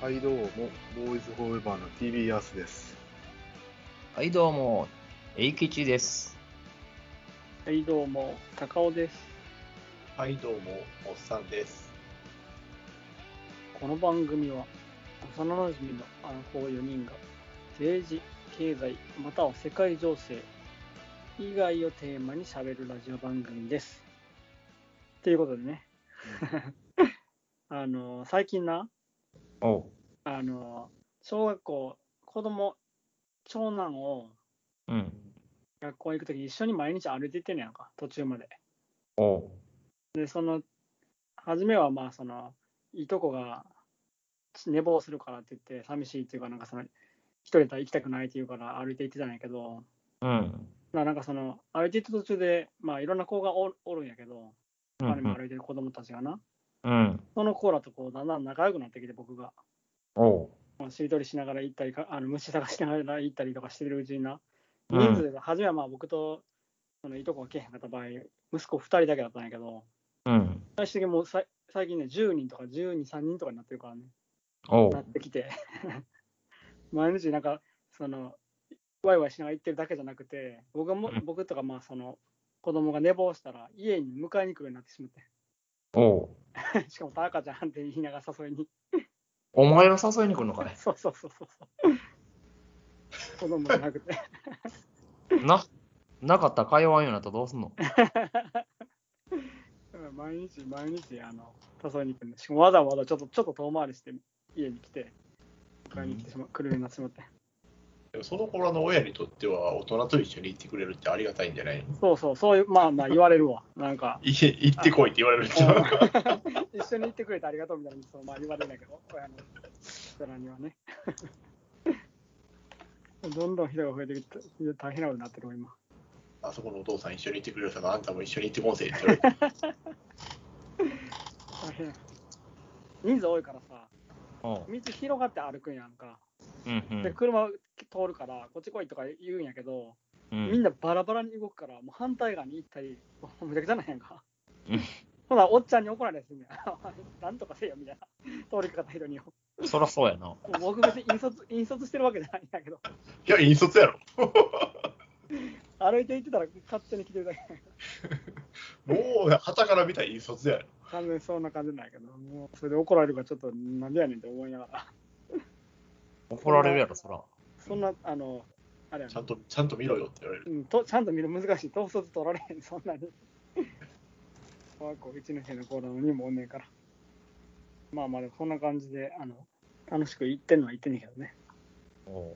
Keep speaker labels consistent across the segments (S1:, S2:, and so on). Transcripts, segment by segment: S1: ボーイズフォーエバーの TV アースです。
S2: はい、どうも、栄吉です。
S3: はい、どうも、高尾です。
S4: はい、どうも、おっさんです。
S3: この番組は、幼馴染のアラフォー4人が、政治、経済、または世界情勢以外をテーマに喋るラジオ番組です。ということでね、 あの、最近な、
S2: おう。
S3: あの、小学校、子供、長男を
S2: うん。
S3: 学校行くとき一緒に毎日歩いていってんねやんか、途中まで。
S2: おう。
S3: で、その、初めはまあ、その、いとこが寝坊するからって言って、寂しいっていうか、なんかその、一人で行きたくないっていうから歩いて行ってたんやけど、
S2: うん。
S3: まあなんかその、歩いて行った途中で、まあいろんな子がおるおるんやけど、
S2: う
S3: 周りも
S2: ん。
S3: 歩いてる子供たちがな、
S2: うん。
S3: その子らとこう、だんだん仲良くなってきて、僕が。
S2: おう。
S3: まあ、しりとりしながら行ったりか、あの虫探しながら行ったりとかしてるうちにな、
S2: うん
S3: 人数が、初めはまあ僕と、そのいとこが来へんかった場合、息子2人だけだったんやけど、
S2: うん。
S3: 最終的にもうさい最近ね、10人とか12、3人とかになってるからね、
S2: お
S3: なっ
S2: う。
S3: て きて、毎日なんか、その、ワイワイしながら行ってるだけじゃなくて、僕も
S2: うん
S3: 僕とか、まあ、その、子供が寝坊したら、家に迎えに来るようになってしま っ
S2: おう。
S3: て、しかも、たかちゃんって言いながら誘いに、
S2: お前が誘いに来るのかい
S3: そうそうそうそうそう、子供じゃなくて、
S2: な、なかったら会話んようになったらどうすんの
S3: うん毎日毎日、あの、誘いに来るねしかも、わざわざちょっとちょっと遠回りして、家に来て、迎えに来てしま、来るようになってしまって。
S4: でもその頃の親にとっては、大人と一緒に行ってくれるってありがたいんじゃないの
S3: そうそう、そういう、まあまあ言われるわ。なんか、
S4: い行ってこいって言われるん
S3: う
S4: じゃん。
S3: ん一緒に行ってくれてありがとうみたいな、そうまあ言われないけど、親の人らにはね。どんどん人が増えてきて、大変なことになってるわ、今。
S4: あそこのお父さん一緒に行ってくれるさ、あんたも一緒に行ってこんせって言われて。
S3: 大変。人数多いからさ、
S2: おう。
S3: 道広がって歩くんやんか。
S2: うんう
S3: で、
S2: ん
S3: 車通るから、こっち来いとか言うんやけど、
S2: う
S3: みん
S2: ん。
S3: なバラバラに動くから、もう反対側に行ったり、もうむちゃくちゃなんやんか
S2: うん。
S3: ほら、おっちゃんに怒られてるんや。 なんとかせよみたいな、通りかかった人に。
S2: そらそうやな。
S3: 僕別に引率引率してるわけじゃないんだけど、
S4: いや、引率やろ。
S3: 歩いて行ってたら勝手に来てるだけ、
S4: もう、旗から見たら引率やろ。
S3: 完全にそんな感じなんやけど、もうそれで怒られるからちょっとなんでやねんって思いながら、
S2: 怒られるやろ、そら。
S3: そんな、あの、あれや
S4: ちゃ
S3: な、
S4: んと、ちゃんと見ろよって言われる。
S3: うん、とちゃんと見る難しい、統率取られへん、そんなに。小学校1年生の頃のにもおんねんから。まあまあ、でもそんな感じで、あの、楽しく行ってんのは行ってんねんけどね。
S2: おう。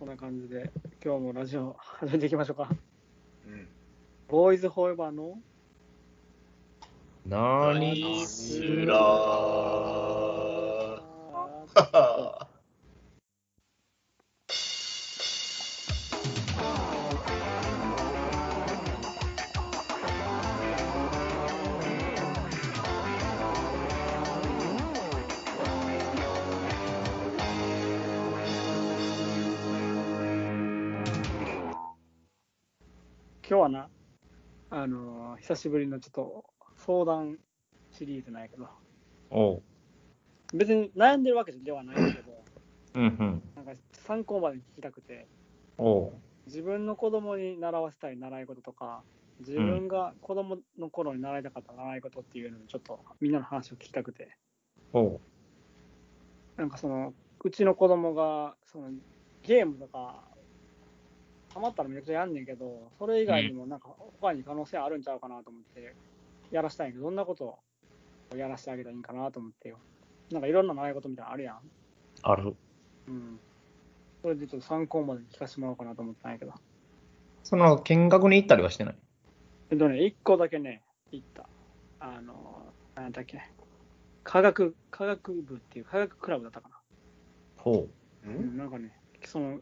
S3: こんな感じで、今日もラジオ始めていきましょうか。
S1: うん。
S3: ボーイズフォーエバーの
S2: なーに
S4: 何すらー。
S3: 今日はな、あのー久しぶりのちょっと相談シリーズなんやけど、
S2: おう。
S3: 別に悩んでるわけではないんだけど、
S2: うんうん。
S3: なんか参考までに聞きたくて、
S2: おう。
S3: 自分の子供に習わせたい習い事とか、自分が子供の頃に習いたかった習い事っていうのにちょっとみんなの話を聞きたくて、
S2: おう。
S3: なんかその、うちの子供がそのゲームとか、ハマったらめちゃくちゃやんねんけど、それ以外にもなんか他に可能性あるんちゃうかなと思って、やらしたいんやけど、どんなことをやらせてあげたらいいんかなと思ってよ。なんかいろんな習い事みたいなのあるやん。
S2: ある。
S3: うん。それでちょっと参考までに聞かせてもらおうかなと思ったんやけど。
S2: その、見学に行ったりはしてない。
S3: えっとね、1個だけね、行った。あの、なんだっけ、科学、科学部っていう科学クラブだったかな。
S2: ほ
S3: うんなんかね、その、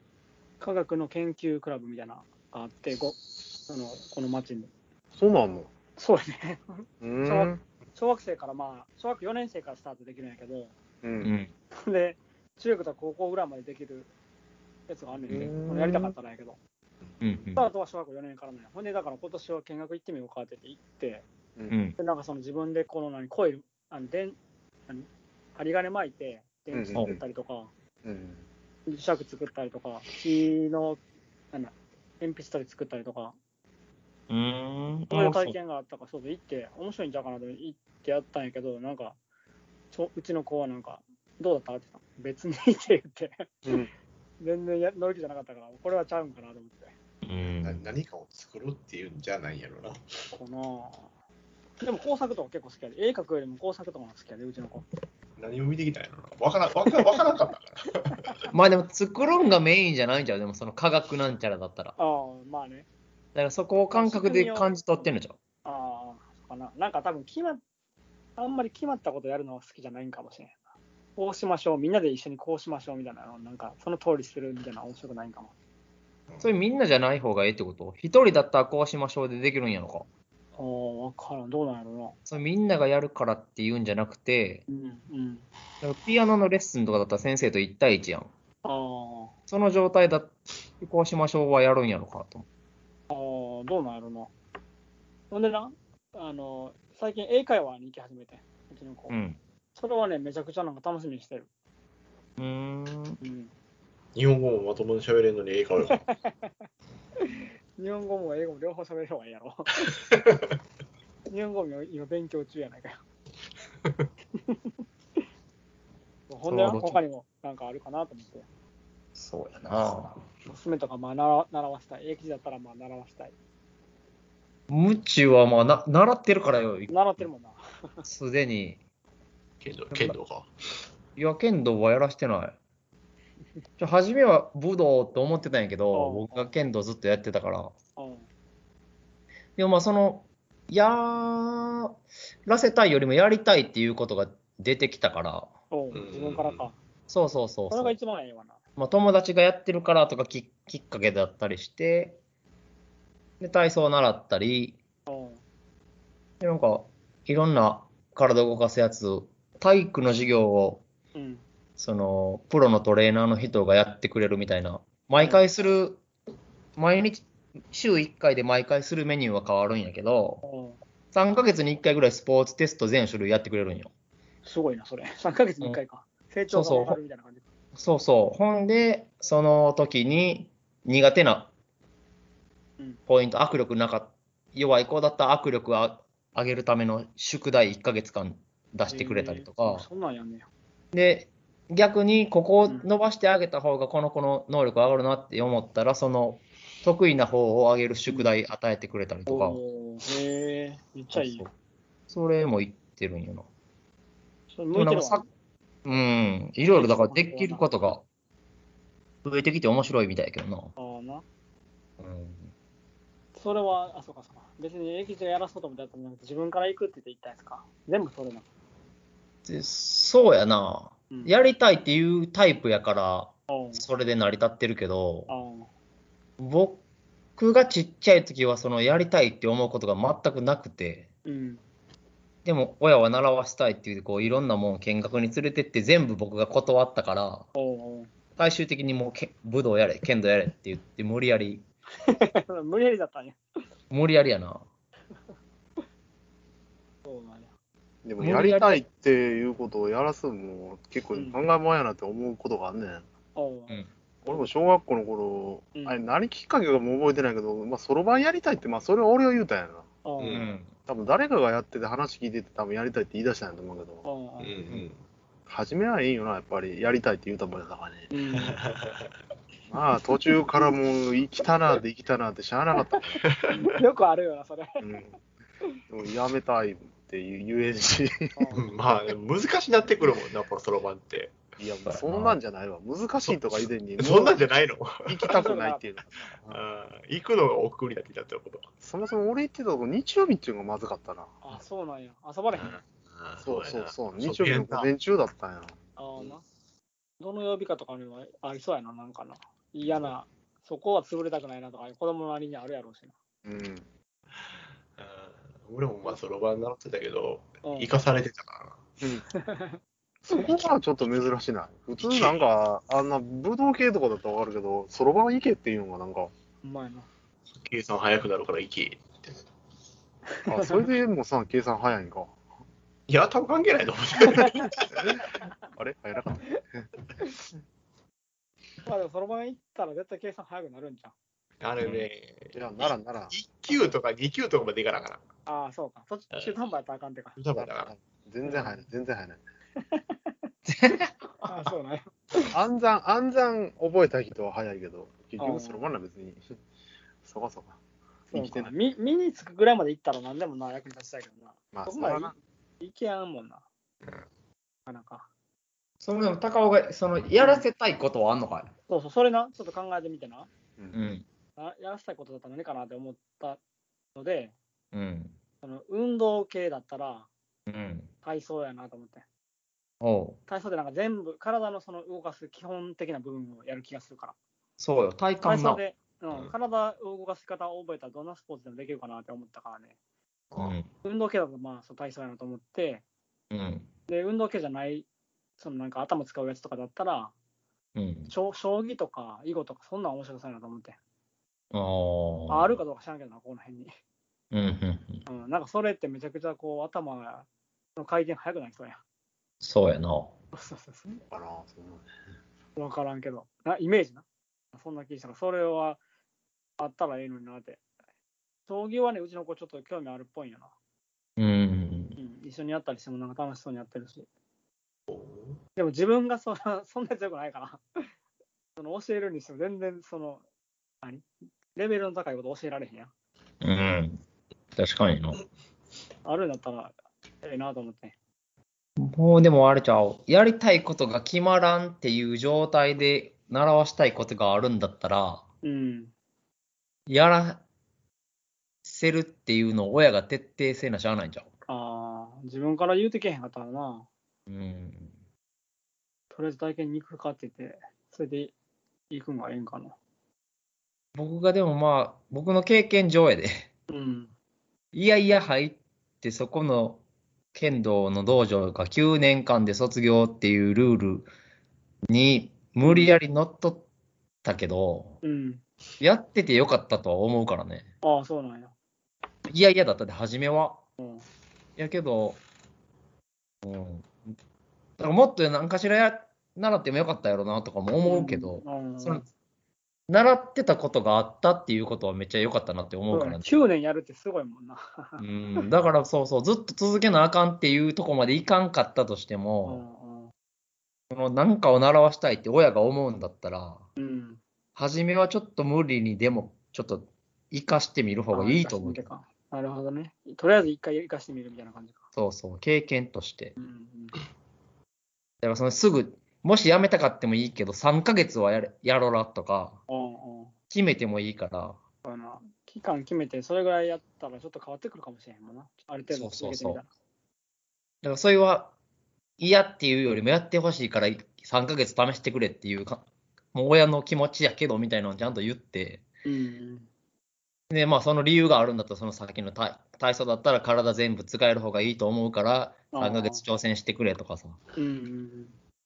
S3: 科学の研究クラブみたいなのがあって、ごそのこの町に。
S1: そうなんの
S3: そうやね。
S1: う
S3: そ
S1: ん。
S3: 小学生からまあ、小学4年生からスタートできるんやけど、
S1: う。
S2: う。うんん。
S3: で、中学とか高校ぐらいまでできるやつがあんねんね
S1: うん
S3: これやりたかったんやけど。
S2: うん
S3: スタートは小学4年からね。ほんで、だから今年は見学行ってみようかって言って行って、
S1: う
S2: うん。う。ん。
S3: でなんかその自分でこの何コイルあの電あの針金巻いて電池作ったりとか、
S1: うん。
S3: 磁石作ったりとか、木の、なんだ、鉛筆取り作ったりとか、
S2: うーん。
S3: そういう
S2: あそう
S3: 体験があったから、そうそう、行って、面白いんちゃうかなと思って行ってやったんやけど、なんか、ちょうちの子はなんか、どうだったって言ったの別に行けって、
S1: うん。
S3: 全然や乗る気じゃなかったから、これはちゃうんかなと思って。
S2: うん
S4: な何かを作るっていうんじゃないんやろな。
S3: かなでも工作とか結構好きやで、絵描くよりも工作とかの好きやで、うちの子。
S4: 何を見てきたんやろな。わからわから わからんかったから。
S2: まあでも作るんがメインじゃないんじゃうでもその科学なんちゃらだったら。だ
S3: ああ、まあね。
S2: からそこを感覚で感じ取ってんのじゃう
S3: ああ、そうかな。なんか多分決まっ、あんまり決まったことやるのは好きじゃないんかもしれんな。こうしましょう、みんなで一緒にこうしましょうみたいなの、なんかその通りするみたいなのは面白くないんかも。
S2: それみんなじゃない方がいいってこと一人だったらこうしましょうでできるんやのか
S3: ああ、わからん、どうなんやろ
S2: それみんながやるからっていうんじゃなくて、
S3: うな。うん、うん。
S2: だからピアノのレッスンとかだったら先生と1対1やん。
S3: ああ、
S2: その状態だってこうしましょうはやるんやのかと思
S3: ああ、どうなんやろな。ほんでな、あの、最近英会話に行き始めて、うちの子。
S2: う。うん。
S3: それはね、めちゃくちゃなんか楽しみにしてる。
S2: うーん。
S3: うん。
S4: 日本語もまともに喋れるのに英会話が。
S3: 日本語も英語も両方喋ればいいやろ。日本語も今勉強中やないかよ。ほんでな、
S2: そう
S3: 他にもなんかあるかなと思って、
S2: そうやな。
S3: 娘とかまあ習わ習わしたい、英気だったらまあ習わしたい。
S2: 無知はまあな習ってるからよ、
S3: 習ってるもんな。
S2: すでに。
S4: 剣 道剣道か。
S2: いや、剣道はやらしてない。ちょ初めは武道と思ってたんやけ
S3: ああ
S2: ど、僕が剣道ずっとやってたから。
S3: うん。
S2: でもまあその、やらせたいよりもやりたいっていうことが出てきたから、
S3: おう
S4: うん
S3: 自分からか。
S2: そうそうそうそ
S3: それが
S2: う、
S3: 一番ええわな。
S2: まあ、友達がやってるからとかききっかけだったりして、で体操を習ったり、
S3: うん。
S2: でなんかいろんな体を動かすやつ、体育の授業を
S3: うん。
S2: そのプロのトレーナーの人がやってくれるみたいな、毎回する、毎日、週1回で毎回するメニューは変わるんやけど、
S3: うん
S2: 3ヶ月に1回ぐらいスポーツテスト全種類やってくれるんよ。
S3: すごいな、それ。3ヶ月に1回か。成長が分かるみたいな感じ。
S2: そうそう。ほんで、その時に苦手な
S3: うん
S2: ポイント、握力なかっ弱い子だったら握力を上げるための宿題1ヶ月間出してくれたりと
S3: へえ
S2: か、
S3: そんなんやんねや。
S2: で、逆にここを伸ばしてあげた方がこの子の能力上がるなって思ったら、その得意な方を上げる宿題与えてくれたりとか、
S3: おーへえ、めっちゃいい
S2: そう
S3: よ。
S2: そうそれも言ってるんよな。
S3: それ向いてるわ。
S2: うん、いろいろだからできることが増えてきて面白いみたいやけどな。
S3: ああな。
S2: うん
S3: それは、あ、そうかそうか。別に駅でやらそうと思ったやつじゃなくて、自分から行くって言ったやつか。全部それなの。
S2: でそうやな。
S3: うん、
S2: やりたいっていうタイプやから、
S3: うん
S2: それで成り立ってるけど、
S3: うん
S2: 僕がちっちゃい時は、そのやりたいって思うことが全くなくて、
S3: うん。
S2: でも親は習わしたいっていう、こういろんなもん見学に連れてって、全部僕が断ったから、
S3: おう
S2: 最終的にもうけ武道やれ、剣道やれって言って、無理やり、
S3: おう 無理やりだったんや。
S2: 無理やりやな。
S3: そうなんや。
S1: でも、やりたいっていうことをやらすのも結構考えもんやなって思うことがあんねん。
S3: おう
S2: うん
S1: 俺も小学校の頃、
S3: うん
S1: あれ、何きっかけかも覚えてないけど、まあ、そろばんやりたいって、まあ、それは俺が言うたんやな。
S3: おう
S4: う
S2: うんん。
S1: 多分誰かがやってて話聞いてて、多分やりたいって言い出したんやと思うけど、
S3: おう
S4: うんうん。
S1: 初めはいいよな、やっぱり。やりたいって言うたもんやだからね。
S3: うん。
S1: まあ、途中からもう、生きたな、できたなってしゃあなかったもん
S3: よくあるよな、それ。
S1: うんでもやめたいって言えんし、
S3: お う
S4: まあ、難しなってくるもんな、このそろばんって。
S1: いや、もうそんなんじゃないわ、難しいとか以前に、
S4: そんなん
S1: じ
S4: じゃないの。
S1: ゃ行きたくないっていうの、
S4: あー行くのが億劫になってきたってこと。
S1: そもそも俺行ってたとこ、日曜日っていうのがまずかったな、
S3: あ、そうなんや。遊ばれへん。あ
S1: そうそうそう、日
S4: 初
S1: 曜日
S4: 見
S1: の
S4: だ
S1: 午前中だったんや、
S3: あな。どの曜日かとかにもありそうやな、なんかな。嫌な。そこは潰れたくないなとか、子供なりにあるやろうしな。
S1: うん、
S4: うん俺もまあそろばん習ってたけど、
S3: うん
S4: 生かされてたからな。
S1: そこがちょっと珍しない、普通なんか、あんな武道系とかだったらわかるけど、そろばん行けっていうのがなんか、
S3: うまいな。
S4: 計算早くなるから行き。
S1: あそれでもうさ、計算早いんか、
S4: いや、多分関係ないと思うけど。
S1: あれ早なかった。
S3: まあでもその場合行ったら絶対計算早くなるんじゃん。
S4: あれね、
S1: いや、ならんなら ん。
S4: 1級とか2級とかまでいかなあか
S3: ああ、そうか。そっち中途半端やったらあかんてか。
S4: な。多分だから。
S1: 全然早ない、全然早ない。
S3: ああ、そうね。
S1: 暗算、暗算覚えた人は早いけど、結局そのまんな別に。そこそこ。
S3: そ
S1: 生
S3: う
S1: きてな
S3: か。
S1: い。
S3: み身につくぐらいまで行ったら何でもな、役に立ちたいけどな。
S1: まあ、
S3: そ
S1: そ
S3: こ
S1: う
S3: まで
S1: だ
S3: い
S1: な。
S3: 行けやんもんな。
S4: うん
S3: なかなか。
S2: そのでも高尾が、その、やらせたいことはあんのか
S3: そうそう、それな、ちょっと考えてみてな。
S1: う。
S2: いうんん。
S3: あやらせたいことだったら何かなって思ったので、
S2: うん。
S3: その運動系だったら
S2: うん。
S3: 体操やなと思って。
S2: おう。
S3: 体操でなんか全部、体のその動かす基本的な部分をやる気がするから。
S2: そうよ、体
S3: 体
S2: 感
S3: 操
S2: な。
S3: で、うん
S4: うん
S3: 体を動かし方を覚えたらどんなスポーツでもできるかなって思ったからね。
S2: うん。
S3: 運動系だとまあそう体操やなと思って、
S2: うん。
S3: で、運動系じゃない、そのなんか頭使うやつとかだったら、
S2: うん。
S3: 将将棋とか囲碁とかそんなん面白そうやなと思って。
S2: あ
S3: あ
S2: あ。
S3: あるかどうか知らんけどな、この辺に。
S2: うんうんうん。
S3: うん、なんかそれってめちゃくちゃこう頭の回転速くなりそうやん。
S2: そうやな。
S3: そうそうそ
S1: かな、そんな
S3: う。わからんけど。な、イメージな。そんな気したから、それはあったらええのになって。将棋はね、うちの子ちょっと興味あるっぽいんやな。
S2: うん。
S3: うん、一緒にやったりしてもなんか楽しそうにやってるし。でも自分がそんな そんな強くないから、その教えるにしても全然その、何レベルの高いこと教えられへんやん。
S2: うん。確かにな。
S3: あるんだったらええなと思って。
S2: もうでもあれちゃう。やりたいことが決まらんっていう状態で習わしたいことがあるんだったら、
S3: うん。
S2: やらせるっていうのを親が徹底せなしゃあないんちゃ
S3: ああ、自分から言うてけへんかったらな。
S2: う。うん。
S3: とりあえず体験に行くかって言って、それで行くんがええんかな。
S2: 僕がでもまあ、僕の経験上やで。
S3: うん。
S2: いやいや入って、そこの剣道の道場が9年間で卒業っていうルールに無理やり乗っ取ったけど、
S3: うん。
S2: やっててよかったとは思うからね。
S3: ああ、そうなんや。
S2: いやいやだったで、初めは。
S3: うん。
S2: やけど、うん。だからもっと何かしらや習ってもよかったやろなとかも思うけど、
S3: うん、
S2: その習ってたことがあったっていうことはめっちゃ良かったなって思うからね。
S3: 9年やるってすごいもんな。
S2: うん、だからそうそう、ずっと続けなあかんっていうとこまでいかんかったとして
S3: う
S2: も、
S3: ん。
S2: そのなんかを習わしたいって親が思うんだったら、
S3: うん。
S2: 初めはちょっと無理にでも、ちょっと生かしてみる方がいいと思うけど、
S3: ああなるほどね。とりあえず一回生かしてみるみたいな感じか。
S2: そうそう、経験として。
S3: うんうん。
S2: だからそのすぐ、もし辞めたかってもいいけど、3ヶ月はやれやろらとか、
S3: うんうん。
S2: 決めてもいいから、
S3: そうやな期間決めて、それぐらいやったらちょっと変わってくるかもしれへんもんな。ある程度続けてみたら。
S2: だからそれは嫌っていうよりもやってほしいから3ヶ月試してくれっていうか、もう親の気持ちやけどみたいなのをちゃんと言って、
S3: うんうん。
S2: で、まあ、その理由があるんだったら、その先の体体操だったら体全部使える方がいいと思うから、
S3: あー
S2: 3ヶ月挑戦してくれとかさ、
S3: うんうん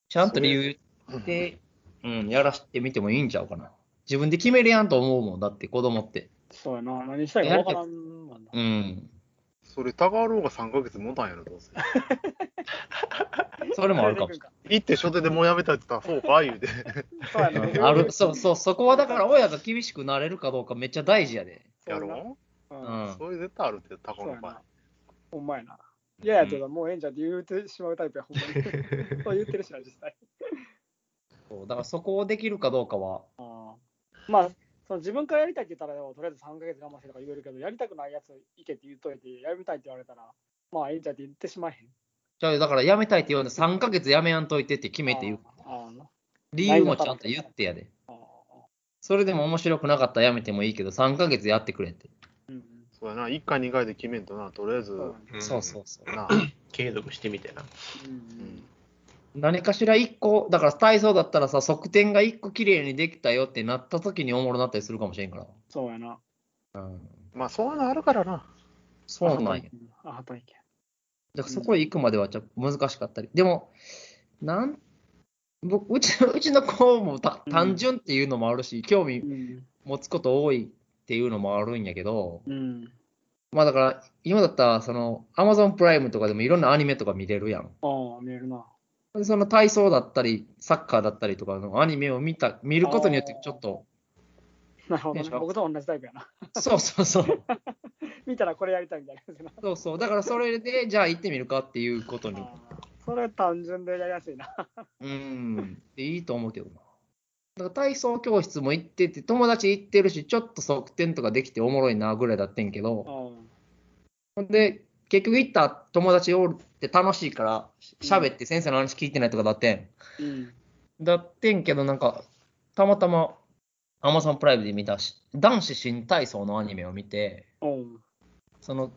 S2: ちゃんと理由言って、うん、やらしてみてもいいんちゃうかな。自分で決めるやんと思うもんだって、子供って。
S3: そうやな。何したいか分からんもんな。
S2: うん。
S1: それ、タガローが3ヶ月持たんやろ、どうせ。
S2: それもあるかもしれ
S1: 行って初手でもうやめたって言ったら、そうか、言うて。
S3: そうや
S2: ない。う
S3: な。
S2: んあ る、そうそう、そこはだから親が厳しくなれるかどうかめっちゃ大事やで。
S1: やろ
S3: そう
S2: う
S3: やな。うん
S2: ん。
S1: それ絶対あるって、タガ
S3: そう
S1: ロ
S3: や
S1: ーが
S3: な。。ほんまやな。いややけど、もうええんじゃんって言うてしまうタイプや、ほん まに。そう言ってるしな、実際。
S2: そうだからそこをできるかどうかは、
S3: まあ、その自分からやりたいって言ったら、でもとりあえず3ヶ月我慢してとか言えるけど、やりたくないやつ行けって言っといて、やりたいって言われたら、まあ、ええんじゃんって言ってしまえへん。
S2: じゃあだからやめたいって言うんで3ヶ月やめやんといてって決めて言う。
S3: あーあ
S2: 理由もちゃんと言ってやで。
S3: ーあー
S2: それでも面白くなかったらやめてもいいけど、3ヶ月やってくれって。
S3: うん
S1: そうやな、1回、2回で決めんとな、とりあえず、
S3: うん。そう
S2: そうそうそう。
S1: な、
S4: 継続してみてな。
S3: うんうん
S2: 何かしら1個、だから体操だったらさ、側転が1個綺麗にできたよってなった時におもろなったりするかもしれんから。
S3: そうやな。
S2: うん。
S1: まあ、そういうのあるからな。
S2: そうなんや。だか
S3: あ、畑意
S2: らそこへ行くまではちょっと難しかったり。でも、なん、僕、うちの、 うちの子もた
S3: うん
S2: 単純っていうのもあるし、興味
S3: 見。
S2: 持つこと多いっていうのもあるんやけど、
S3: うん。うん。
S2: まあだから、今だったら、その、アマゾンプライムとかでもいろんなアニメとか見れるやん。
S3: ああ、見えるな。
S2: でその体操だったり、サッカーだったりとかのアニメを見た、見ることによってちょっと、
S3: なるほど、
S2: よい
S3: ね
S2: し。ょ
S3: 僕と同じタイプやな。
S2: そうそうそう、
S3: 見たらこれやりたいみたいな感じな。
S2: そうそう、だからそれで、じゃあ行ってみるかっていうことに
S3: あ、あそれ単純でやりやすいな。
S2: うん、でいいと思うけどな。だから体操教室も行ってて、友達行ってるし、ちょっと側転とかできておもろいなぐらいだってんけど、
S3: うん
S2: ほんで、結局行った友達おるって楽しいから、喋って先生の話聞いてないとかだってん。
S3: うん。
S2: だってんけど、なんか、たまたま、アマゾンプライムで見たし、男子新体操のアニメを見て、
S3: うん。
S2: その、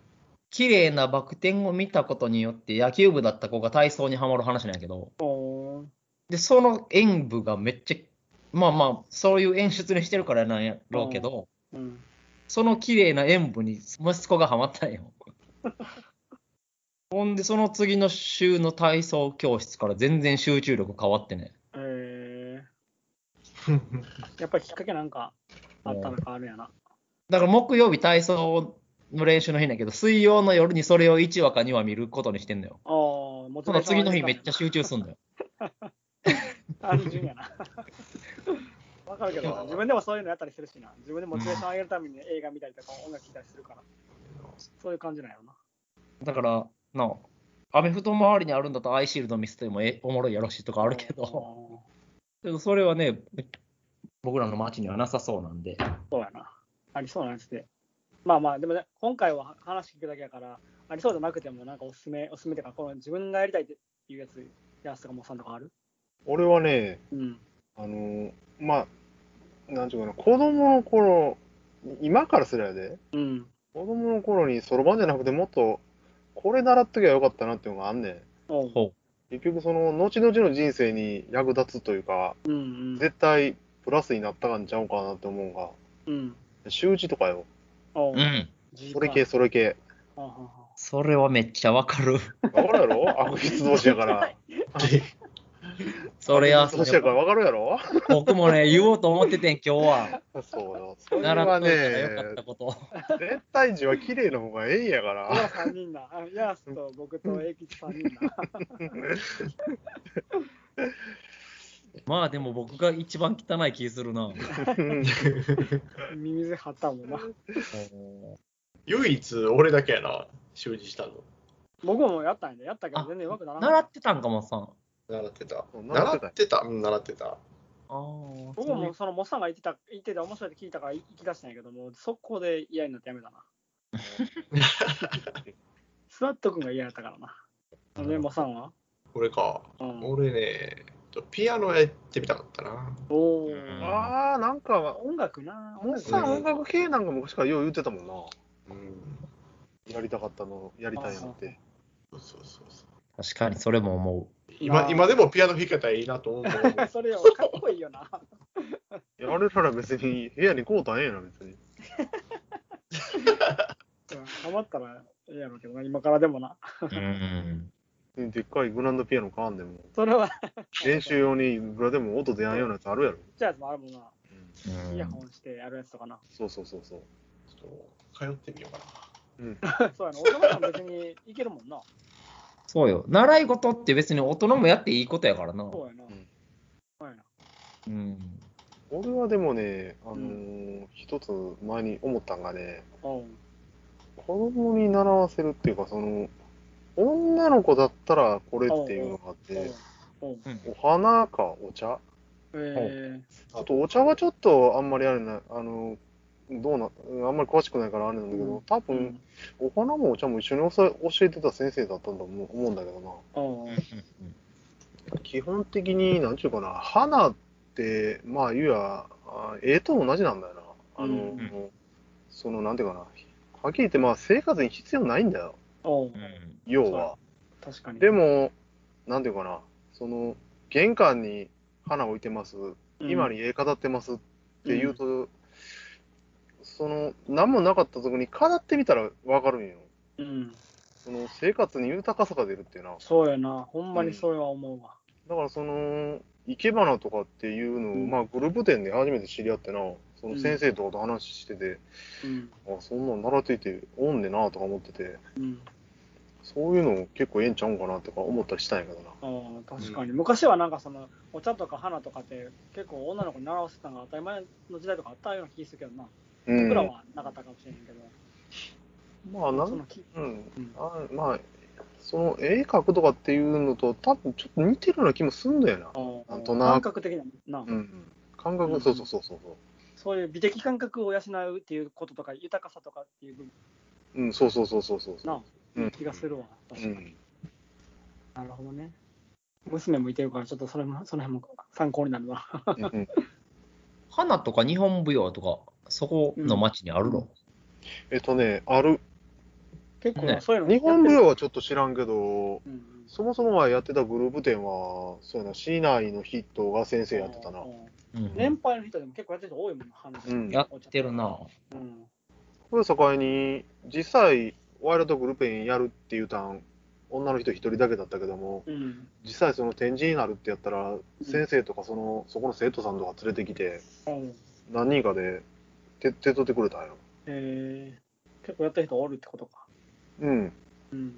S2: 綺麗なバク転を見たことによって、野球部だった子が体操にはまる話なんやけど、
S3: うん。
S2: で、その演舞がめっちゃ、まあまあ、そういう演出にしてるからなんやろうけど、
S3: うん。
S2: その綺麗な演舞に息子がハマったんよ。ほんで、その次の週の体操教室から全然集中力変わってね。
S3: えー、やっぱりきっかけなんかあったのかあるやな。
S2: だから木曜日体操の練習の日なんやけど、水曜の夜にそれを1話か2話見ることにしてんのよ。
S3: ああ、も
S2: その次の日めっちゃ集中すんのよ。
S3: 単純 やな。わかるけどな、自分でもそういうのやったりするしな。自分でモチベーション上げるために映画見たりとか音楽聴いたりするから、そういう感じなんやろな。
S2: だから、なあアメフト周りにあるんだとアイシールド見せてもえおもろいやろしとかあるけど、けどそれはね、僕らの街にはなさそうなんで。
S3: うん。そうやな。ありそうなやつで。まあまあ、でもね、今回は話聞くだけやから、ありそうじゃなくても、なんかおすすめ、おすすめとか、この自分がやりたいっていうやつ、やつとかもさんとかある
S1: 俺はね、
S3: うん。
S1: あのまあ、なんていうかな、子供の頃、今からすりゃやで、
S3: うん。
S1: 子供の頃にそろばんじゃなくて、もっと、これ習っときゃよかったなっていうのがあんねん。
S3: おう。
S1: 結局、その、後々の人生に役立つというか、
S3: うんうん。
S1: 絶対、プラスになったんちゃうかなって思うんが、
S3: うん。
S1: 習字とかよ。
S3: おう
S2: うん。
S3: G
S1: それ系、それ系。
S3: パンはんはんはん
S2: それはめっちゃわかる。
S1: わかるやろ 悪筆同士やから。
S2: それや、
S1: 悪筆同士やからわかるやろ
S2: 僕もね、言おうと思っててん、今日は。
S1: そうよ。それ
S2: 習
S1: は
S2: っといたらよかっ
S1: ね、
S2: たこと。
S1: 絶対字は綺麗な方がええんやか
S3: この
S1: ら。
S3: 3人だ。あヤースと僕とエイキチ3人だ。
S2: まあでも僕が一番汚い気するな。
S3: ミミズ張ったもんな。
S4: 唯一俺だけやな、習字したの。
S3: 僕もやったんやで、やったけど全然うまくならな
S2: 習
S3: か
S2: ってたんかもさん。
S4: 習ってた。
S1: 習
S4: 習
S1: ってた
S4: ってた。うん、習ってた。
S2: ああ。
S3: 僕もそのモッサンが言ってた、言ってて面白いって聞いたから行き出したんやけども、速攻で嫌になってやめたな。スワット君が嫌やったからな。あのね、モッサンは
S4: 俺か。
S3: うん。
S4: 俺ね、ピアノやってみたかったな。
S3: おおー、
S2: うん
S1: ああ、なんか、
S3: 音楽な。
S1: モッ
S3: 楽
S1: サ
S4: さ
S1: ン音楽系なんか昔からよう言ってたもんな。
S4: うん。
S1: やりたかったの、やりたいのって。
S4: そうそうそうそう。
S2: 確かにそれも思
S4: 今今でもピアノ弾けたらいいなと思うもん。
S3: それよ、かっこいいよな。
S1: いや、あれなら別に部屋にこうたんええな、別に。
S3: うんハマったらええやろうけどな、今からでもな。
S2: う。うん。
S1: でっかいグランドピアノ買わんでも、
S3: それは、
S1: 練習用にいくらでも音出やんようなやつあるやろ。
S3: じゃあもあるもんな。
S2: うん
S3: イヤホンしてやるやつとかな。
S1: そうそうそうそう。
S4: ちょっと通ってみようかな。
S3: そうやな、岡本さん別にいけるもんな。
S2: そうよ。習い事って別に大人もやっていいことやからな。
S3: そうやな。
S1: ん
S3: そうやな。
S2: うん。
S1: 俺はでもね、あのー
S3: う
S1: 一つ前に思ったんがね、
S3: おう
S1: 子供に習わせるっていうか、その、女の子だったらこれっていうのがあっ
S3: お
S1: て
S3: う、おう
S1: お花かお茶
S3: え
S1: あとお茶はちょっとあんまりあれな、あの、どうな、うんあんまり詳しくないからあれなんだけど、
S3: うん
S1: 多
S3: ーう
S1: 分
S3: ん、
S1: お花もお茶も一緒におさ教えてた先生だったんだと思う思うんだけどな。
S3: おう
S1: 基本的に、なんちゅうかな、花って、まあ、いわゆる、絵と同じなんだよな。あの、
S3: うん
S1: その、なんていうかな、はっきり言って、まあ、生活に必要ないんだよ、
S3: おう
S2: うん
S1: 要は。
S3: 確かに。
S1: でも、なんていうかな、その、玄関に花置いてます、
S3: うん、
S1: 今に絵飾ってますって言うと、その何もなかった時に飾ってみたら分かるんよ
S3: うん、
S1: その生活に豊かさが出るっていうな
S3: そうやな、ほんまにそれは思うわ。
S1: だからその生け花とかっていうのを、
S3: うん
S1: まあグループ展で初めて知り合ってなその先生とかと話してて、
S3: うん。
S1: あそんなん習っていておんねんなとか思ってて、
S3: うん。
S1: そういうの結構ええんちゃうんかなとか思ったりしたんやけどな。
S3: ああ、確かに。昔はなんかその、お茶とか花とかって、結構女の子に習わせてたのが当たり前の時代とかあったような気するけどな。
S1: うん。
S3: 僕らはなかったかもしれへんけど。
S1: まあ、な
S3: そ
S1: ん
S3: のき
S1: うん
S3: うん
S1: あまあ、その絵描くとかっていうのと、多分ちょっと似てるような気もするんだよな。
S3: あ
S1: なん
S3: あ
S1: となく
S3: 感覚的な、な
S1: うん。感覚、
S3: うん
S1: そうそうそうそう。
S3: そういう美的感覚を養うっていうこととか、豊かさとかっていう部分
S1: うん、そうそうそうそうそうそう。
S3: な、
S1: うん
S3: 気がするわ。確
S1: う
S3: かに
S1: ん。
S3: なるほどね。娘もいてるから、ちょっとそれも、その辺も参考になるな。
S1: うん
S2: 花とか日本舞踊とか、そこの町にあるの、
S1: えっとね、ある。
S3: 結構
S2: ね
S3: そういうの、
S1: 日本舞踊はちょっと知らんけど、
S3: うんうん
S1: そもそも前やってたグループ展は、そうやな、市内の筆頭が先生やってたな
S3: う。ん
S2: うん
S3: 年配の人でも結構やってる人多いもんな、話。
S1: うん
S2: やってるな。
S3: うん。
S1: これを境に、実際、ワイルドグループ展やるっていうたん、女の人一人だけだったけども、
S3: うん。
S1: 実際その展示になるってやったら、先生とかその、そこの生徒さんとか連れてきて、
S3: うん
S1: 何人かで手手伝ってくれたんよ。
S3: えー、結構やってる人おるってことか。
S1: うん。
S3: うん。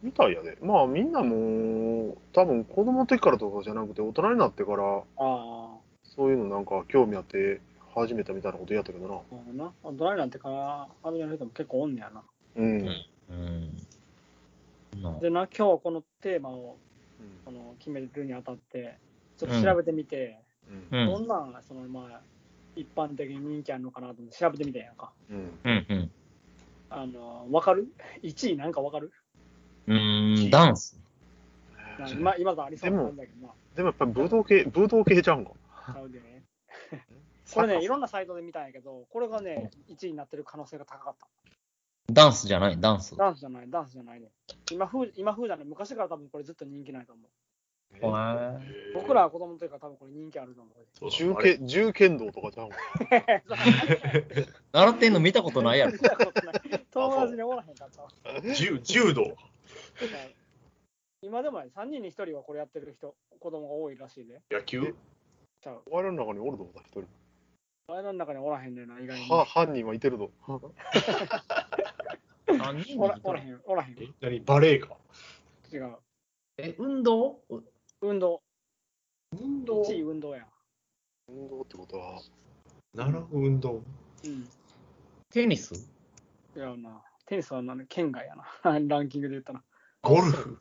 S1: みたいやで。まあみんなもう、多分子供の時からとかじゃなくて、大人になってから、
S3: あ
S1: そういうのなんか興味あって始めたみたいなことやったけどな。
S3: あ、なるほどな。あドライなんてから始める人も結構おんねやな。
S1: うん。
S2: うんうん。な
S3: でな、今日はこのテーマをあの決めるにあたって、ちょっと調べてみて、
S1: うん。
S2: うん。
S3: どんなんがその、まあ、一般的に人気あるのかなと思って調べてみたんやんか。
S1: うん。
S2: うんうん。
S3: あの、わかる ?1 位なんかわかる
S2: うーん、ダンス。
S3: なんか今、今とありそうな感じだけどな。
S1: でもやっぱり武道系、武道系じゃんか。
S3: 買 うでね。これね、いろん
S1: な。
S3: なサイトで見たんやけど、これがね、1位になってる可能性が高かった。
S2: ダンスじゃない、ダンス。
S3: ダンスじゃない、ダンスじゃないね。今風、今風だね。昔から多分これずっと人気ないと思う。僕らは子供の時から多分これ人気あると思う。
S4: そう
S1: 銃
S4: あれ
S1: 剣、銃剣道とかじゃんか。
S2: 習ってんの見たことないやろ。
S3: 見たこと ない友達におらへんかったわ。
S4: 柔柔道
S3: 今でもね、3人に1人はこれやってる人、子供が多いらしいで。
S4: 野球
S3: ちゃう。
S1: 我々の中におるぞ、一
S3: 前の中におらへんねんな、意外に。
S1: 人。は、犯人はいてるぞ。
S2: 何人
S3: おらおらへん、おらへん。
S4: え何バレーか
S3: 違う。
S2: え、運動
S3: 運動。
S4: 運動
S3: 1位運動や。
S1: 運動ってことは、
S4: 習う運動
S3: うん。
S2: テニス
S3: 違うな。テニスはな県外やな。 ランキングで言ったな。
S4: ゴルフ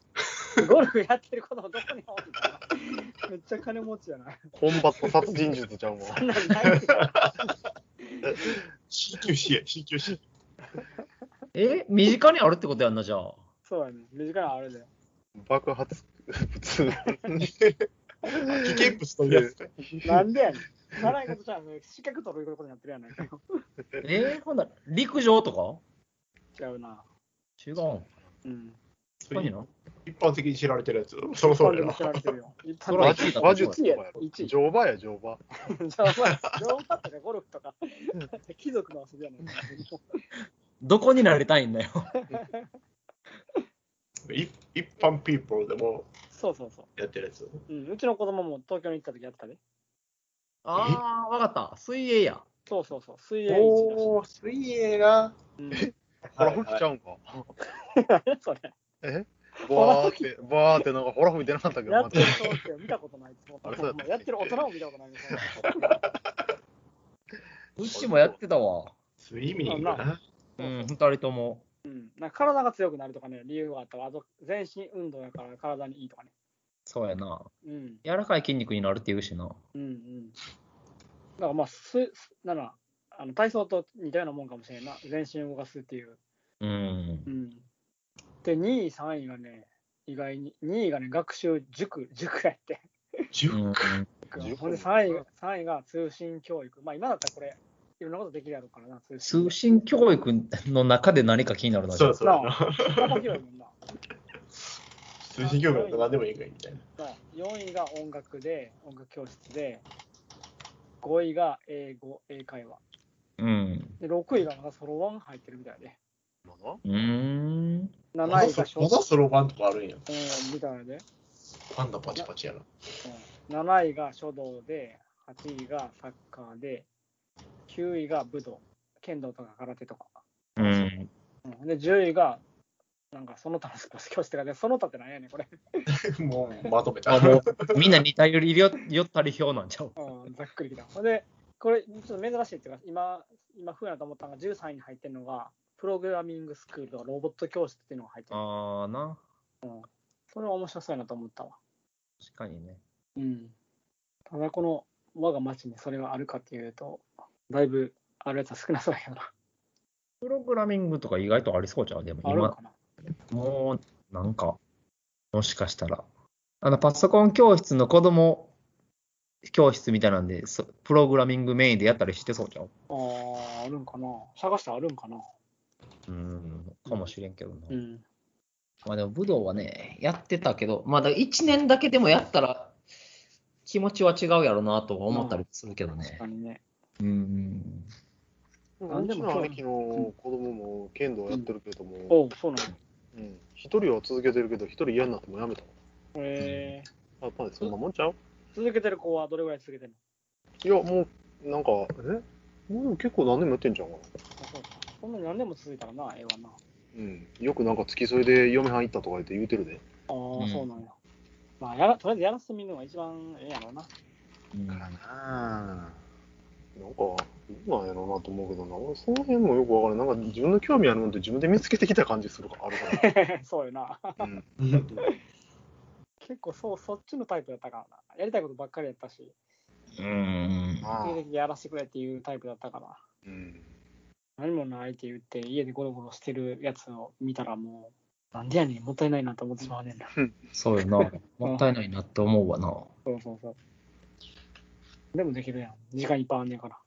S3: ゴルフやってる子供どこにおるんだろうめっちゃ金持ちやな。
S1: コンバット殺人術じゃんか。
S3: そんなんないから
S4: 新球試や新球試
S2: え、身近にあるってことやんな、じゃあ。
S3: そうやね。短いのあれだよ。
S1: 爆発物。
S4: 危険物というやつか
S3: なんでやねん。習い事じゃん。資格取ることになってるやないかよ。
S2: えー、ほんなら陸上とか
S3: 違うな。
S2: 違うん。
S3: うん。
S4: そうい
S2: 何
S4: う
S2: な
S4: 一般的に知られてるやつそろそ
S3: 一般で
S4: ろや
S3: も
S4: な
S3: 知られてるよ。一
S2: そ
S3: 般
S2: れは
S1: 話
S2: 一
S3: で
S2: 位
S1: 術
S2: だ
S1: 話術とかやろ
S3: 一位や
S1: 乗馬や、乗馬。
S3: も。じゃあ、お前、乗馬とかゴルフとか、貴族の遊びやねん。
S2: どこになりたいんだよ。
S4: 一一般ピーポーでも
S3: そうそうそ
S4: やってるやつ
S3: う。うん。うちの子供も東京に行った時やってたね。
S2: あー、わかった。水泳や。
S3: そうそうそう。水泳一だし
S4: お水泳が
S3: い。うん。
S1: ほら吹きちゃうんか。
S3: 何 それ。
S1: えバーって、バーってなんかほら吹いてなかったけど、
S3: やっ
S1: ま
S3: てる
S1: だ。
S3: 人って見たことない。
S1: あれそうだったっけ
S3: やってる大人も見たことない。
S2: うちもやってたわ。
S4: スイミングな
S2: うん、二人とも。
S3: うん、なんか体が強くなるとかね、理由があったわ。あと、全身運動やから体にいいとかね。
S2: そうやな。
S3: うん。
S2: 柔らかい筋肉になるって言うしな。
S3: うんうん。だからまあ、す、すなら、あの体操と似たようなもんかもしれんな。全身動かすっていう。
S2: うん
S3: う。ん。で、2位、3位がね、意外に、2位がね、学習塾、 塾やって。
S4: 十
S2: うん
S1: 塾
S3: ほんで3位が、3位が通信教育。まあ、今だったらこれ、いろんなことできるやろうからな、通信。
S2: 通信教育の中で何か気になるな。じゃ
S4: そ
S2: あ
S4: うそうやな
S3: 幅広いもんな。
S4: 通信業務だと何でもいいかいみたいな
S3: 4位が音楽で、音楽教室で、5位が英語、英会話。
S2: うん。
S3: で、6位がなんかソロワン入ってるみたいで。
S2: うーん。
S3: 7位
S4: まだ
S3: が
S4: そ
S3: 小
S4: まだソロファンとかあるんや
S3: うん、みたいで、
S4: パンダパチパチやな
S3: うん、7位が書道で、8位がサッカーで、 9位が武道、剣道とか空手とか。
S2: うん。
S3: うんで、10位が、なんかその他のスポーツ教室とかで、その他ってなんやねん、これ。
S4: もうまとめた。
S2: あ、もう、みんな似たよりよ、よったり表なんちゃう。
S3: うん、ざっくりきた。ほんで、これ、ちょっと珍しいっていうか、今、今風やなと思ったのが、13位に入ってるのが、プログラミングスクールとかロボット教室っていうのが入ってる。
S2: あーな。
S3: それは面白そうやなと思ったわ。
S2: 確かにね。
S3: うん。ただ、この我が町にそれがあるかっていうと、だいぶあるやつは少なそうやけどな。
S2: プログラミングとか意外とありそうじゃん。でも
S3: あるの
S2: 今
S3: か、な。
S2: もう、なんか、もしかしたら。あの、パソコン教室の子供教室みたいなんで、そプログラミングメインでやったりしてそうじゃん。
S3: ああ、あるんかな。探してあるんかな。
S2: うん、かもしれんけどな。
S3: うん。
S2: まあでも武道はね、やってたけど、まあだ1年だけでもやったら気持ちは違うやろなとは思ったりするけど
S3: 確
S2: ね
S3: か。にね。
S2: うん。
S1: う
S3: 何で
S1: ち
S3: も興
S1: の
S3: 味
S1: 兄貴の子供も剣道やってるけども、
S3: おうそうなの。
S1: うん一人は続けてるけど、一人嫌になってもやめた。
S3: えー
S1: やっぱりそんなもんちゃう
S3: 続けてる子はどれぐらい続けてる
S1: いや、もう、なんか、えもう結構何年もやってんじゃんかな。
S3: のあそうかそんなに何年も続いたらな、ええわな。
S1: うん。よくなんか付き添いで嫁はん行ったとか言って言うてるで。
S3: ああ、
S2: うん
S3: そうなんや。まあやら、とりあえずやらせてみるのが一番ええやろ うな。
S2: うん
S1: ななんか、どうなんやろうなと思うけどな、俺その辺もよくわからない。なんか自分の興味あるもんって自分で見つけてきた感じするから、あるか
S3: そうよな。
S1: ら。うん。
S3: 結構そう、そっちのタイプだったからな。やりたいことばっかりやったし、
S2: うん。
S1: まあ
S3: 定期的にやらせてくれっていうタイプだったから。
S1: うん。
S3: 何もないって言って、家でゴロゴロしてるやつを見たらもう、なんでやねん、もったいないなと思ってしまうねんな。
S2: そうよな。もったいないなって思うわな。
S3: そうそうそう。でもできるやん。時間いっぱいあんねんから。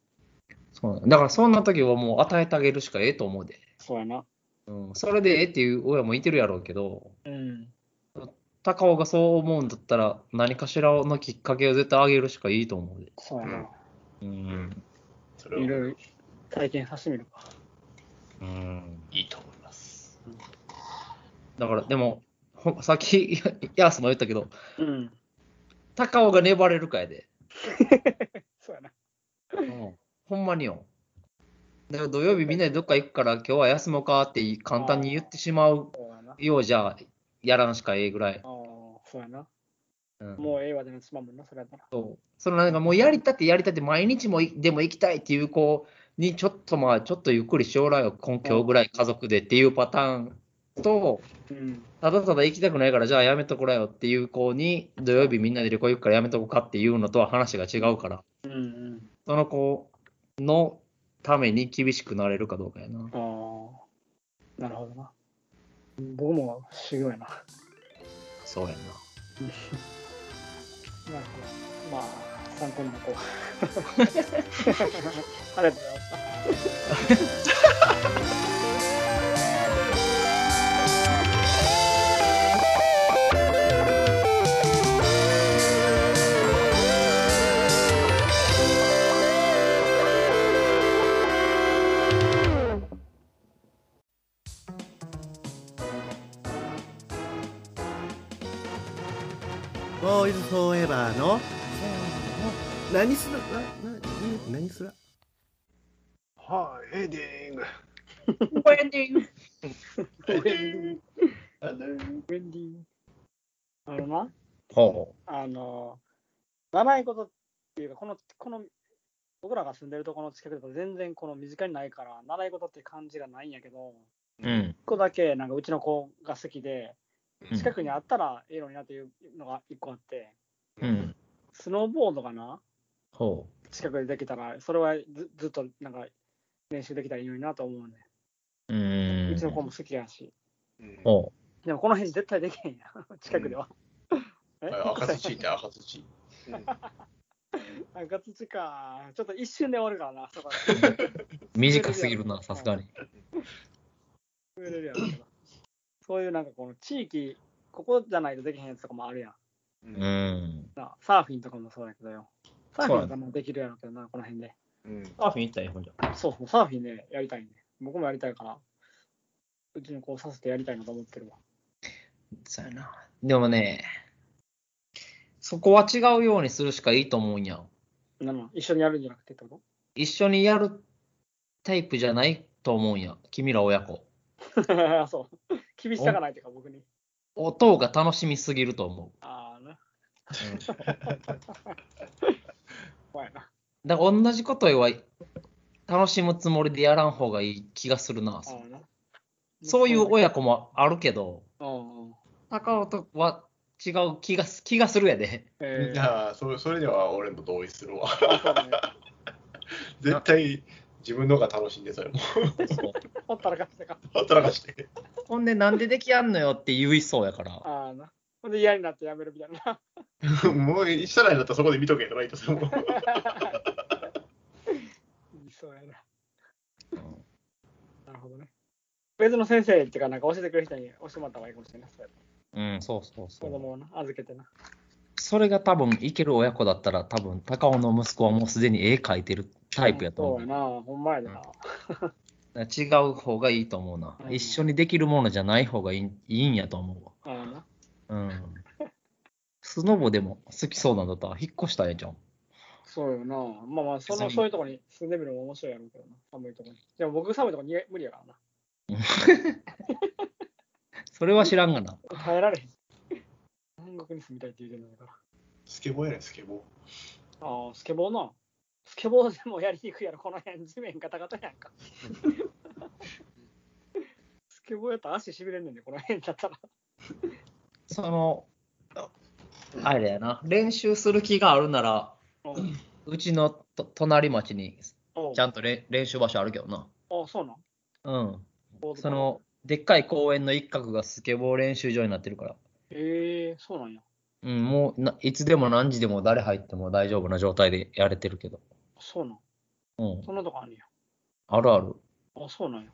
S2: そうなんだからそんな時はもう与えてあげるしかええと思うで。
S3: そうやな。
S2: うん。それでええっていう親もいてるやろうけど、
S3: うん。
S2: 高尾がそう思うんだったら何かしらのきっかけを絶対あげるしかいいと思うで。
S3: そうやな。
S2: うん。
S4: それはい
S3: ろいろ体験させてみるか。
S2: うん。
S4: いいと思います。
S2: だからでも、ほさっき、 いやすも言ったけど、
S3: うん。
S2: 高尾が粘れるかやで。
S3: そうやな。
S2: ほんまによ。だから土曜日みんなでどっか行くから今日は休もうかって簡単に言ってしまう
S3: そうやな。あ
S2: ようじゃやらんしかええぐらい
S3: あ。、そうやな。
S2: うん
S3: もうええわでなってしまうもんな、それやったら。
S2: そうそのなんかもうやりたってやりたって毎日もいでも行きたいっていう子にちょっとまあちょっとゆっくり将来を根拠ぐらい家族でっていうパターンと
S3: うん。
S2: ただただ行きたくないからじゃあやめとこらよっていう子に土曜日みんなで旅行行くからやめとこかっていうのとは話が違うから
S3: うんうん。
S2: その子のために厳しくなれるかどうかやな。
S3: ああ。なるほどな。僕も修行やな。
S2: そうやな。
S3: なるほど。まあ、参考にな こう。ありがとうございます。
S5: ボーイズフォーエバーの何するなな何何する
S1: はい、エンディング。
S4: あのー
S3: ウェンディあのな、
S2: ほ
S3: あの、長いことっていうか、この、この、僕らが住んでるところの近くだと全然この身近にないから、習い事って感じがないんやけど、
S2: う。うん。
S3: 一個だけなんかうちの子が好きで、
S2: うん
S3: 近くにあったらええのになっていうのが一個あって、
S2: うん。
S3: スノーボードがな、
S2: ほ
S3: 近くでできたら、それはずずっとなんか練習できたらいいのになと思うね。
S2: う。うん。
S3: うちの子も好きやし。
S1: うん
S2: ほ
S3: でもこの辺絶対できへんや、近くでは。 え
S4: 赤土って赤土。
S1: うん
S3: あガツチか。ちょっと一瞬で終わるからな、そこ
S2: う。短すぎるな、さすがに。
S3: で売れるやろうけどそういうなんかこの地域、ここじゃないとできへんやつとかもあるやん。
S1: うん
S2: うん。
S3: なサーフィンとかもそうやけどよ。サーフィンとかもできるやろうけどな、この辺で。
S1: うん
S2: サーフィン行ったらいいじゃ
S3: そうそう、サーフィンね、やりたいね。僕もやりたいから、うちにこうさせてやりたいなと思ってるわ。
S2: そうやな。でもね、そこは違うようにするしかいいと思うんやん。
S3: なの一緒にやるんじゃなくてってこと
S2: 一緒にやるタイプじゃないと思うんや。君ら親子。
S3: そう。厳しさがないというか、僕に。
S2: 音が楽しみすぎると思
S3: ああな。
S2: う。
S3: 怖いな。
S2: だから同じことは楽しむつもりでやらん方がいい気がするな。
S3: ああな。
S2: そういう親子もあるけど、
S3: うんうん。
S2: 高尾とは違う気がす気がするや で。
S3: え
S4: い
S3: え
S4: やーそれそれでは俺も同意するわ。
S3: そうだね。
S4: 絶対自分の方が楽しいんでそれも。
S3: ほったらかしてか。
S4: 働かして。
S2: ほんで、なんでできやんのよって言いそうやから。
S3: ああな。ほんで嫌になってやめるみたいな。
S4: もう一社内だったらそこで見とけとか言ってそれも。
S3: そうやな。なるほどね。別の先生っていうか、なんか教えてくれる人に教えてもらった方がいいかもしれない。そうやって
S2: うん、そうそうそ
S3: 子
S2: う。
S3: 供をな預けてな。
S2: それが多分、いける親子だったら、多分、高尾の息子はもうすでに絵描いてるタイプやと思
S3: そう
S2: う。
S3: やな、ほんまやでな。
S2: だから違う方がいいと思うな。
S3: うん
S2: 一緒にできるものじゃない方がいいいいんやと思うわ。
S3: ああな。
S2: うん。スノボでも好きそうなんだったら、引っ越したらええじゃん。
S3: そうよな。まあまあ、そ
S2: 寒
S3: の
S2: い
S3: そういうとこに住んでみるのも面白いやろうけどな。寒いとこに。でも僕寒いとこに無理やからな。
S2: それは知らんがな。
S3: 耐えられへん。南国に住みたいって言うてんのやから。
S4: スケボーやねんスケボ
S3: ああ、スケボーな。スケボーでもやりにくいやろ、この辺、地面ガタガタや んか。スケボーやったら足しびれんねんで、この辺だったら。
S2: その、あれやな、練習する気があるなら、
S3: うん
S2: うちのと隣町に
S3: おう
S2: ちゃんとれ練習場所あるけどな。
S3: ああ、そうなん。
S2: うん。
S3: ボード
S2: その、でっかい公園の一角がスケボー練習場になってるから。
S3: ええそうなんや。
S2: うん、もうないつでも何時でも誰入っても大丈夫な状態でやれてるけど。
S3: そうなん。
S2: うん、
S3: そんなとこあんねや。
S2: あるある。
S3: あ、そうなんや。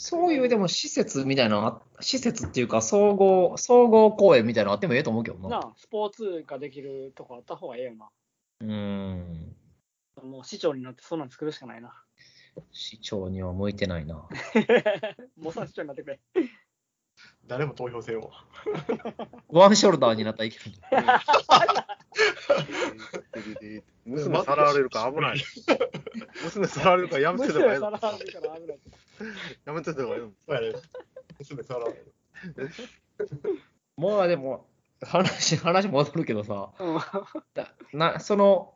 S2: そういうでも施設みたいなのあ、施設っていうか総合、総合公園みたいなのあってもええと思うけどな。
S3: なあ、スポーツができるとこあった方がええよな。
S2: うん。
S3: もう市長になってそんなん作るしかな いな。
S2: 市長には向いてないな。
S3: もうさ市長になってくれ。
S4: ー。誰も投票せんわ。
S2: ワンショルダーになったらいけるんだ。
S1: 娘さらわれるから危ない。娘さらわれるからやめ
S3: む
S1: て
S3: したろ
S1: 方がいい
S3: さらわれるから危ない。
S1: やめてた方がいい
S4: そうやね。娘さらわれる
S2: もうでも、話、話戻るけどさ、
S3: うん、
S2: だなその、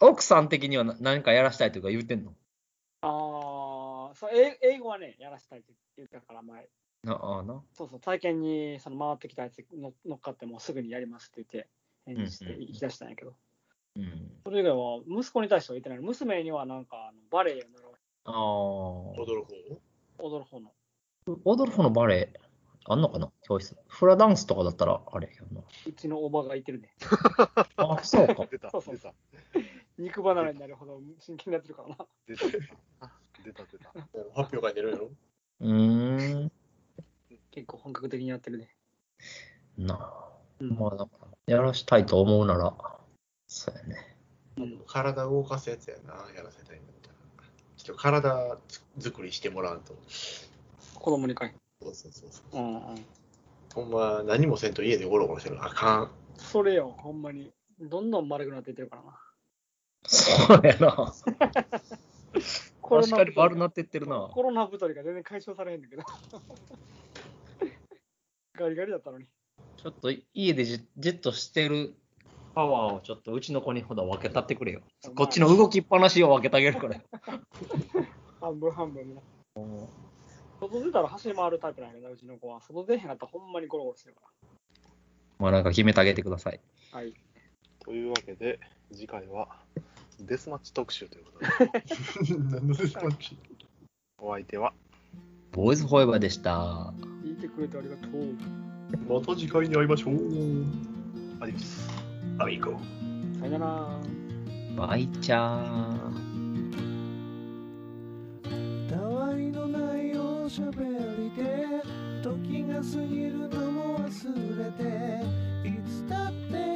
S2: 奥さん的にはな何かやらしたいというか言うてんの
S3: ああ、そう英英語はね、やらしたいって言ったから前。
S2: なああな。
S3: そうそう、体験にその回ってきたやつに乗乗っかって、もうすぐにやりますって言って、返事して
S2: うんうんうん
S3: 行き出したんやけど、
S2: うん。
S3: それ以外は息子に対しては言ってない。娘にはなんかあのバレエを習う
S2: ああ。
S4: 驚く方
S3: 踊る方の。
S2: 踊る方のバレエ、あんのかな教室。フラダンスとかだったらあれやけどな。
S3: うちのおばがいてるね。
S2: あ、そう か。
S1: 出た、
S3: そう
S1: 出
S3: そう
S1: た、
S3: 肉離れになるほど真剣になってるからな。
S1: 出た、出た、出た、出た。
S4: 発表会出るやろ
S2: うーん。
S3: 結構本格的にやってるね。
S2: なあ。
S3: うん
S2: まあ、だからやらしたいと思うなら、そうやね。
S4: 体動かすやつやな、やらせたいんだったら。ちょっと体つ作りしてもらわんと。
S3: 子供にかい。
S4: そうそうそうそう。
S3: うんうん。
S4: ほんま何もせんと家でゴロゴロしてるのあかん。
S3: それよ、ほんまに。どんどん丸くなっていってるからな。
S2: そうやな。
S3: コロ
S2: 確
S3: ナ
S2: かに悪なってってるな。
S3: コロナ太りが全然解消されへんだけど。 ガリガリだったのに。
S2: ちょっと家でじじっとしてるパワーをちょっとうちの子にほど分けたってくれよ。こっちの動きっぱなしを分けてあげる から。
S3: 半分半分な。外出たら走り回るタイプなんやけどな、うちの子は。外出へんかったらほんまにゴロゴロしてるか
S2: まあなんか決めてあげてください。
S3: ら。はい。
S1: というわけで、次回はデスマッチ特集ということで、
S4: 何の説明
S1: お相手は、
S2: ボーイズフォーエバーでした。
S3: 聞いてくれてありがとう。
S4: また次回に会いましょう。
S1: アディオス。
S4: アミゴ。
S3: さよなら。
S2: バイチャー。
S5: たわいのないおしゃべりで時が過ぎるのも忘れていつだって